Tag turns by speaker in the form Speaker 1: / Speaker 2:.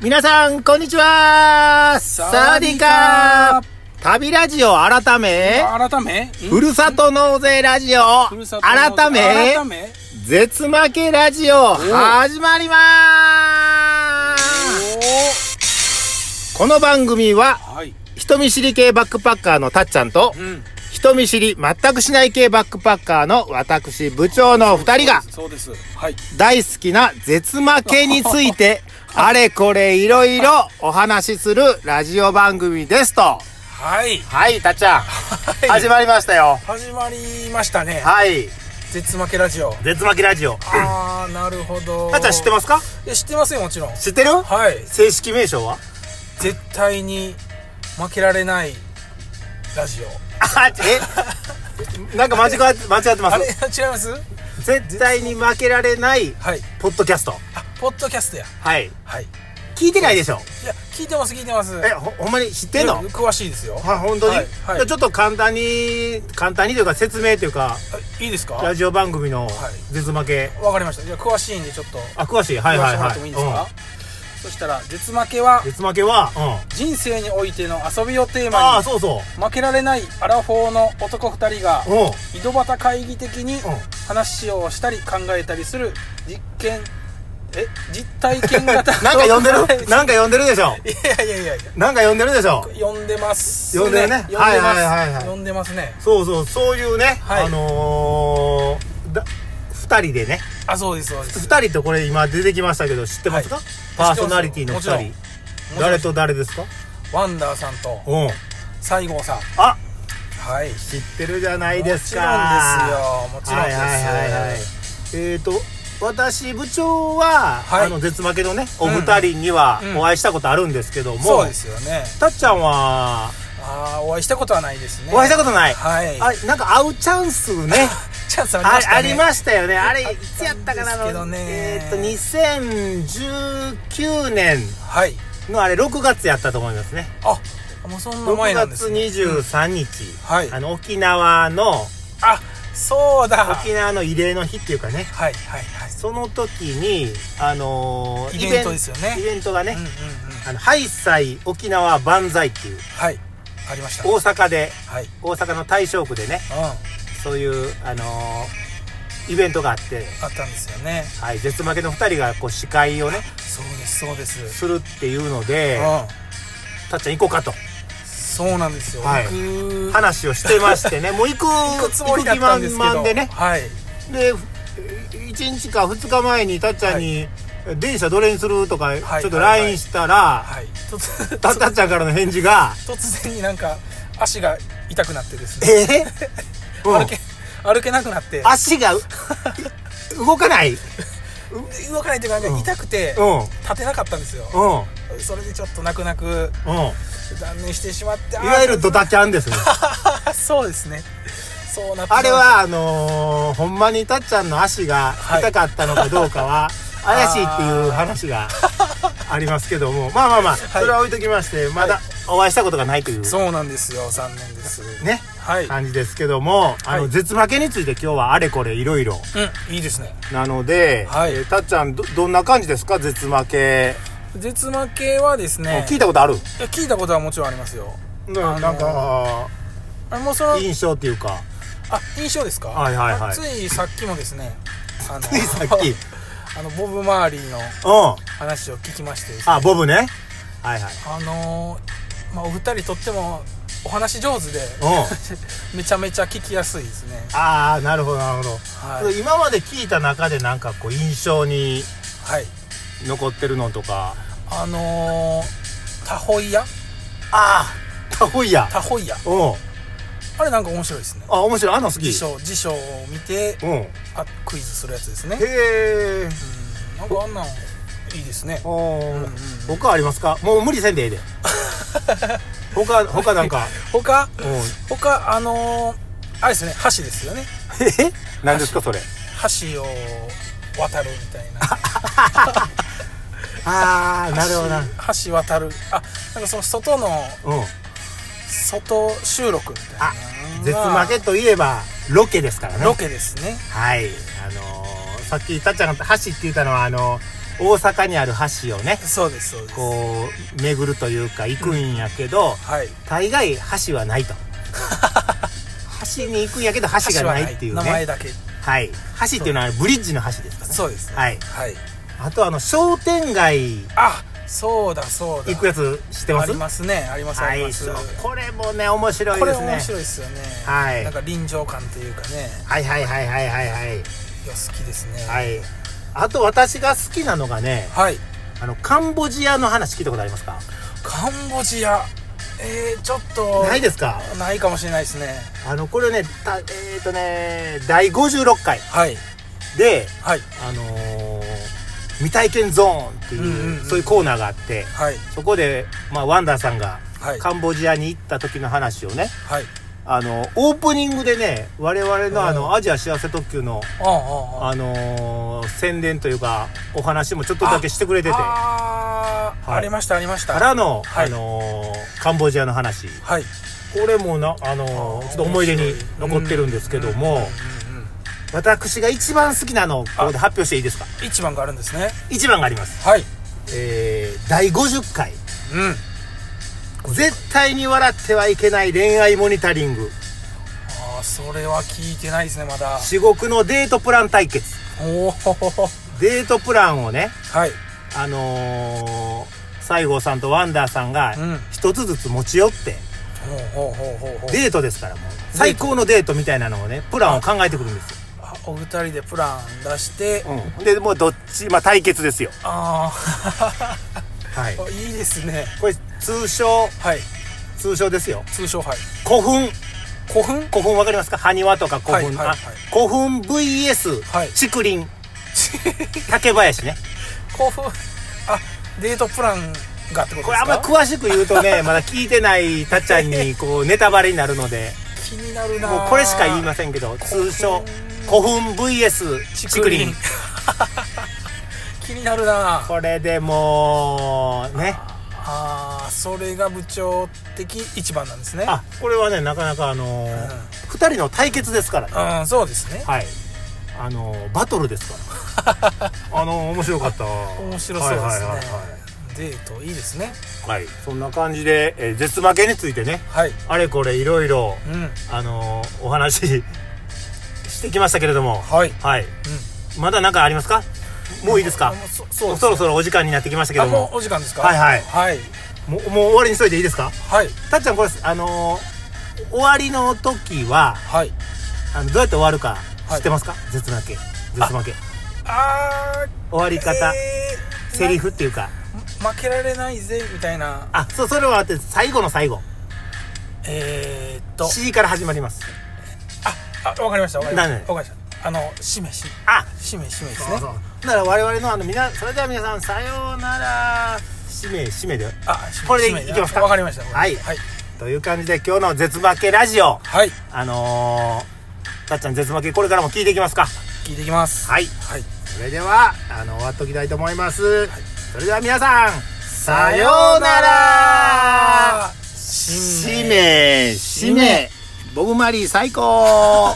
Speaker 1: 皆さん、こんにちはサーディカー旅ラジオ改め、
Speaker 2: 改め
Speaker 1: ふるさと納税ラジオ
Speaker 2: ふるさと納税
Speaker 1: 改め、
Speaker 2: 改め
Speaker 1: 絶負けラジオ始まりま
Speaker 2: お
Speaker 1: すこの番組は、
Speaker 2: ーはい
Speaker 1: 人見知り系バックパッカーのたっちゃんと、
Speaker 2: うん
Speaker 1: 人見知り全くしない系バックパッカーの私部長の二人が、
Speaker 2: そうですそうですはい
Speaker 1: 大好きな絶負けについ て、あれこれいろいろお話しするラジオ番組ですと。
Speaker 2: はい
Speaker 1: はい、たっちゃん。
Speaker 2: い
Speaker 1: 始まりましたよ。
Speaker 2: 始まりましたね
Speaker 1: はい。
Speaker 2: 絶負けラジオ
Speaker 1: 絶負けラジオ。
Speaker 2: あーなるほど
Speaker 1: たっちゃん知ってますか
Speaker 2: すいや知ってますよもちろん
Speaker 1: 知ってる
Speaker 2: はい
Speaker 1: 正式名称は
Speaker 2: 絶対に負けられないラジオ
Speaker 1: あ、えなんか間違って、間違ってま
Speaker 2: あれ 違
Speaker 1: す
Speaker 2: います
Speaker 1: 絶対に負けられない、
Speaker 2: はい
Speaker 1: ポッドキャスト。
Speaker 2: あポッドキャストや
Speaker 1: はい。
Speaker 2: はいい
Speaker 1: 聞いてないでしょ
Speaker 2: や聞いてます聞いてます
Speaker 1: え、ほ、ほんまに知ってんの
Speaker 2: よく詳しいですよ
Speaker 1: はい、本当に、
Speaker 2: はいはい
Speaker 1: じゃあちょっと簡単に、簡単にというか説明というか、
Speaker 2: いいですか
Speaker 1: ラジオ番組の
Speaker 2: い
Speaker 1: 絶負け。
Speaker 2: わかりましたじゃあ詳しいんでちょっと
Speaker 1: あ、詳しい。はい
Speaker 2: 言
Speaker 1: は
Speaker 2: わせ
Speaker 1: い
Speaker 2: てもら
Speaker 1: は
Speaker 2: っ
Speaker 1: い。
Speaker 2: てもいいですか、そしたら絶負けは
Speaker 1: うん絶負けは、うん。
Speaker 2: 人生においての遊びをテー
Speaker 1: あ
Speaker 2: マ
Speaker 1: あ、そうそ
Speaker 2: に負けられないアラフォーの男2人が
Speaker 1: う。うん。
Speaker 2: 井戸端会議的に
Speaker 1: ん
Speaker 2: 話をしたり考えたりする実験え実体験型
Speaker 1: なんか呼 んでる
Speaker 2: な
Speaker 1: なんか呼んでるでしょ
Speaker 2: いやいやいやい
Speaker 1: なんか呼んでるでしょ
Speaker 2: や呼んでます
Speaker 1: 呼んでるね
Speaker 2: 呼んでます、
Speaker 1: はいはいはいはい
Speaker 2: 呼んでますね
Speaker 1: そうそう、そういうね、
Speaker 2: はい
Speaker 1: あのー、だ、二人でね、
Speaker 2: あそうですそうです
Speaker 1: 二人とこれ今出てきましたけど、知ってますか、
Speaker 2: はい
Speaker 1: パーソナリティの
Speaker 2: も
Speaker 1: 二
Speaker 2: ちろん
Speaker 1: 人。 誰と誰ですか
Speaker 2: ワンダーさんと
Speaker 1: うん。
Speaker 2: 西郷さん
Speaker 1: あ、
Speaker 2: はい
Speaker 1: 知ってるじゃないですか。
Speaker 2: もちろんですよもちろんです、
Speaker 1: はいはいはいはいえっ、と私部長は、
Speaker 2: はい
Speaker 1: あの絶負けのねお二人には
Speaker 2: うん
Speaker 1: お会いしたことあるんですけども、
Speaker 2: そうですよね
Speaker 1: たっちゃんは
Speaker 2: ああお会いしたことはないですね
Speaker 1: お会いしたことない、
Speaker 2: はい
Speaker 1: あなんか会うチャンスね
Speaker 2: チャンスあり
Speaker 1: あ
Speaker 2: ましたね
Speaker 1: ありましたよねあれ
Speaker 2: あ
Speaker 1: いつやったかな
Speaker 2: あったんですけど
Speaker 1: あの
Speaker 2: ね
Speaker 1: えっ、と2019年
Speaker 2: はい
Speaker 1: のあれ6月やったと思いますね
Speaker 2: あもうそんな前
Speaker 1: 6
Speaker 2: なんで
Speaker 1: 月
Speaker 2: す、ね、
Speaker 1: 23日、
Speaker 2: はい
Speaker 1: あの沖縄の
Speaker 2: あそうだはい
Speaker 1: 沖縄の慰霊の日っていうかね
Speaker 2: はいはい
Speaker 1: その時に、あのー
Speaker 2: イベントですよね
Speaker 1: イベントがね、
Speaker 2: うんうんうん
Speaker 1: あのハイサイ沖縄万歳っていう
Speaker 2: はいありました
Speaker 1: 大阪で
Speaker 2: はい
Speaker 1: 大阪の大正区でね
Speaker 2: うんあ
Speaker 1: そういう、あのーイベントがあって、
Speaker 2: ったんですよね
Speaker 1: はい、絶負けの2人がこう司会をね
Speaker 2: そうですそうです
Speaker 1: するっていうので
Speaker 2: うん
Speaker 1: たっちゃん行こうかと
Speaker 2: そうなんですよ、
Speaker 1: はい
Speaker 2: 僕
Speaker 1: 話をしてましてね もう行く
Speaker 2: 行くつもりだったんですけど
Speaker 1: 行く気満々でね
Speaker 2: はい
Speaker 1: で1日か2日前にたっちゃんに、電車どれにするとかち
Speaker 2: はい
Speaker 1: ょっと LINE したら、
Speaker 2: はい突
Speaker 1: たたっちゃんからの返事 が
Speaker 2: 突然になんか足が痛くなってです
Speaker 1: 「え
Speaker 2: ね
Speaker 1: ーうん
Speaker 2: 歩け歩けなくなって
Speaker 1: 足 がう動かない。うん。
Speaker 2: 動かないというかね
Speaker 1: うん
Speaker 2: 痛くて
Speaker 1: うん。
Speaker 2: 立てなかったんですよ
Speaker 1: うん。
Speaker 2: それでちょっと泣く泣く
Speaker 1: う
Speaker 2: 断念してしまってい
Speaker 1: ん。いわゆるドタキャンですね。
Speaker 2: そうですねそうなってしまいました
Speaker 1: あれは、あのーほんまにたっちゃんの足が痛かったのかどうかは、怪しいっていう話がありますけども、まあまあまあ、それは置いときまして、まだお会いしたことがないという、
Speaker 2: そうなんですよ残念です
Speaker 1: ね、
Speaker 2: はい、
Speaker 1: 感じですけども、あ
Speaker 2: は
Speaker 1: の、
Speaker 2: い
Speaker 1: 絶負けについて今日はあれこれいろいろ。
Speaker 2: うんいいですね
Speaker 1: なので、
Speaker 2: はい
Speaker 1: えーたっちゃんど、どんな感じですか絶負け。
Speaker 2: 絶負けはですね
Speaker 1: 聞いたことある
Speaker 2: いや聞いたことはもちろんありますよ
Speaker 1: な
Speaker 2: あのー
Speaker 1: なんか、
Speaker 2: あもうその
Speaker 1: 印象っていう か。
Speaker 2: あ印象ですか
Speaker 1: はいはいはい
Speaker 2: あついさっきもですねあの
Speaker 1: ついさっき。
Speaker 2: あのボブ・マーリーの
Speaker 1: うん。
Speaker 2: 話を聞きましてですね
Speaker 1: あ、ボブね。はいはい。
Speaker 2: あのーまあ、お二人とってもお話上手で
Speaker 1: うん。
Speaker 2: めちゃめちゃ聞きやすいですね
Speaker 1: ああ、なるほど、なるほ
Speaker 2: はい
Speaker 1: ど。、今まで聞いた中でなんかこう印象に
Speaker 2: はい、
Speaker 1: 残ってるのとか。
Speaker 2: あのー、タホイヤ
Speaker 1: ああ、タホイヤ。
Speaker 2: タホイヤ
Speaker 1: うん。
Speaker 2: あれなんか面白いですね
Speaker 1: あ、面白い。あんなん好き。
Speaker 2: 辞書辞書を見て
Speaker 1: うん。へ
Speaker 2: あクイズするやつですね
Speaker 1: え。
Speaker 2: うんなんかあんなんいいですね
Speaker 1: あ
Speaker 2: うん
Speaker 1: ー
Speaker 2: うん
Speaker 1: 他ありますかもう無理せん でええで。他、他なんか。
Speaker 2: 他
Speaker 1: うん。
Speaker 2: 他あのー、あれですね箸ですよね
Speaker 1: え何ですか、それ。
Speaker 2: 箸を渡るみたいな
Speaker 1: ああ、なるほどな。
Speaker 2: 箸箸渡るあなんかその外の
Speaker 1: うん。
Speaker 2: 外収録みたいな
Speaker 1: あ、絶負けといえば、ロケですからね。
Speaker 2: ロケですね
Speaker 1: はい。あのーさっきたっちゃんが箸って言ったのは、あのー大阪にある橋をね
Speaker 2: そうですそうです
Speaker 1: こう巡るというか行くんやけど、
Speaker 2: はい
Speaker 1: 大概橋は ないと橋に行くんやけど橋がないっていうね
Speaker 2: 名
Speaker 1: は
Speaker 2: 前
Speaker 1: い、
Speaker 2: だ
Speaker 1: 橋
Speaker 2: け
Speaker 1: っていうのはブリッジの橋ですからね
Speaker 2: そうですね
Speaker 1: はい
Speaker 2: はい
Speaker 1: あとあの商店街
Speaker 2: あそうだそうだ
Speaker 1: 行くやつ知ってま
Speaker 2: あ
Speaker 1: す
Speaker 2: りますねありますあ
Speaker 1: は
Speaker 2: りま
Speaker 1: い
Speaker 2: す、
Speaker 1: そうこれもね面白い
Speaker 2: これ
Speaker 1: で
Speaker 2: も
Speaker 1: すね
Speaker 2: 面白いですよね
Speaker 1: はい
Speaker 2: なんか臨場感というかね
Speaker 1: はいはいはいはいはいはい
Speaker 2: いや好きですね
Speaker 1: はいあと私が好きなのがね
Speaker 2: はい
Speaker 1: あのカンボジアの話聞いたことありますか
Speaker 2: カンボジアえー、ちょっと
Speaker 1: ないですか
Speaker 2: ないかもしれないですね
Speaker 1: あのこれねたえっ、ー、とね第56回
Speaker 2: はい
Speaker 1: で
Speaker 2: はい
Speaker 1: あのー未体験ゾーンっていう,、
Speaker 2: うんうんうん
Speaker 1: そういうコーナーがあって
Speaker 2: はい
Speaker 1: そこで、まあ、ワンダーさんが
Speaker 2: はい
Speaker 1: カンボジアに行った時の話をね
Speaker 2: はい
Speaker 1: あのオープニングでね我々のあ
Speaker 2: う
Speaker 1: のアジア幸せ特急の、
Speaker 2: ああああ
Speaker 1: あのー宣伝というかお話もちょっとだけしてくれててか
Speaker 2: あー
Speaker 1: はい
Speaker 2: ありましたありました
Speaker 1: らの、
Speaker 2: はい
Speaker 1: あのーカンボジアの話
Speaker 2: はい
Speaker 1: これもな、あのーちょっと思い出に残ってるんですけども、
Speaker 2: うんうんうん
Speaker 1: 私が一番好きなのをここで発表していいですか
Speaker 2: うん一番があるんですね
Speaker 1: 一番があります、
Speaker 2: はい
Speaker 1: えー、第50回
Speaker 2: うん
Speaker 1: 絶対に笑ってはいけない恋愛モニタリング
Speaker 2: ああそれは聞いてないですねまだ
Speaker 1: 至極のデートプラン対決
Speaker 2: おお
Speaker 1: デートプランをね
Speaker 2: はい
Speaker 1: あのー、西郷さんとワンダーさんが
Speaker 2: うん
Speaker 1: 一つずつ持ち寄って、
Speaker 2: ほうほうほうほうほう
Speaker 1: デートですからもう最高のデートみたいなのをねプランを考えてくるんですよ、
Speaker 2: あお二人でプラン出して
Speaker 1: うん、でもうどっちまあ対決ですよ
Speaker 2: ああ
Speaker 1: はい
Speaker 2: あいいですね
Speaker 1: これ通称
Speaker 2: はい
Speaker 1: 通称ですよ
Speaker 2: 通称はい
Speaker 1: 古墳
Speaker 2: 古墳
Speaker 1: 古墳わかりますか埴輪とか古墳、
Speaker 2: はいはいは
Speaker 1: あ
Speaker 2: い
Speaker 1: 古墳 VS
Speaker 2: はい
Speaker 1: 竹林、竹林ね
Speaker 2: 古墳あデートプランがってことですか
Speaker 1: これあんまり詳しく言うとね まだ聞いてないたっちゃん にこうネタバレになるので
Speaker 2: 気になるな
Speaker 1: もうこれしか言いませんけど通称古墳 VS 竹林
Speaker 2: 竹 気になるな
Speaker 1: これでもうね
Speaker 2: ああそれが部長的一番なんですね
Speaker 1: あこれはねなかなかあのー
Speaker 2: うん
Speaker 1: 二人の対決ですからね
Speaker 2: うんそうですね
Speaker 1: はいあのーバトルです からあのー面白かった
Speaker 2: 面白そうですね、
Speaker 1: はいはいはい
Speaker 2: デートいいですね
Speaker 1: はい、そんな感じで、えー絶負けについてね
Speaker 2: はい
Speaker 1: あれこれいろいろ、
Speaker 2: うん
Speaker 1: あのーお話ししてきましたけれども
Speaker 2: はい、うん、
Speaker 1: はいまだ何かありますかもういいですか
Speaker 2: あもうそ
Speaker 1: そ
Speaker 2: そうです
Speaker 1: ろそろお時間になってきましたけ
Speaker 2: あ
Speaker 1: ど
Speaker 2: も
Speaker 1: も
Speaker 2: うお時間ですか
Speaker 1: はいはい
Speaker 2: はい
Speaker 1: もうもう終わりにしといていいですか
Speaker 2: はい
Speaker 1: たっちゃんこれあのー終わりの時は
Speaker 2: はい
Speaker 1: あのどうやって終わるか
Speaker 2: は
Speaker 1: 知
Speaker 2: い
Speaker 1: ってますか、絶負け絶負け
Speaker 2: あ
Speaker 1: 終わり
Speaker 2: ー
Speaker 1: 方、
Speaker 2: えー
Speaker 1: セリフっていうか
Speaker 2: な負けられないぜみたいな
Speaker 1: あそうそれはあって最後の最後
Speaker 2: えー、っと
Speaker 1: C から始まります
Speaker 2: ああわかりましたわかりまし
Speaker 1: 何
Speaker 2: たわかりましたあのしめし
Speaker 1: あ
Speaker 2: しめしめです
Speaker 1: そう
Speaker 2: ね
Speaker 1: そうだから我々のあの皆それでは皆さんさようなら使命使命で
Speaker 2: あしめ
Speaker 1: これで
Speaker 2: しめ
Speaker 1: いきますか
Speaker 2: わかりました
Speaker 1: はい
Speaker 2: はい
Speaker 1: という感じで今日の絶負けラジオ
Speaker 2: はい
Speaker 1: あのー、たっちゃん絶負けこれからも聞いていきますか
Speaker 2: 聞いてきます
Speaker 1: はい
Speaker 2: はい
Speaker 1: それではあの終わっときたいと思います、それでは皆さんさようなら
Speaker 2: し
Speaker 1: 使命使命ボブマリー最高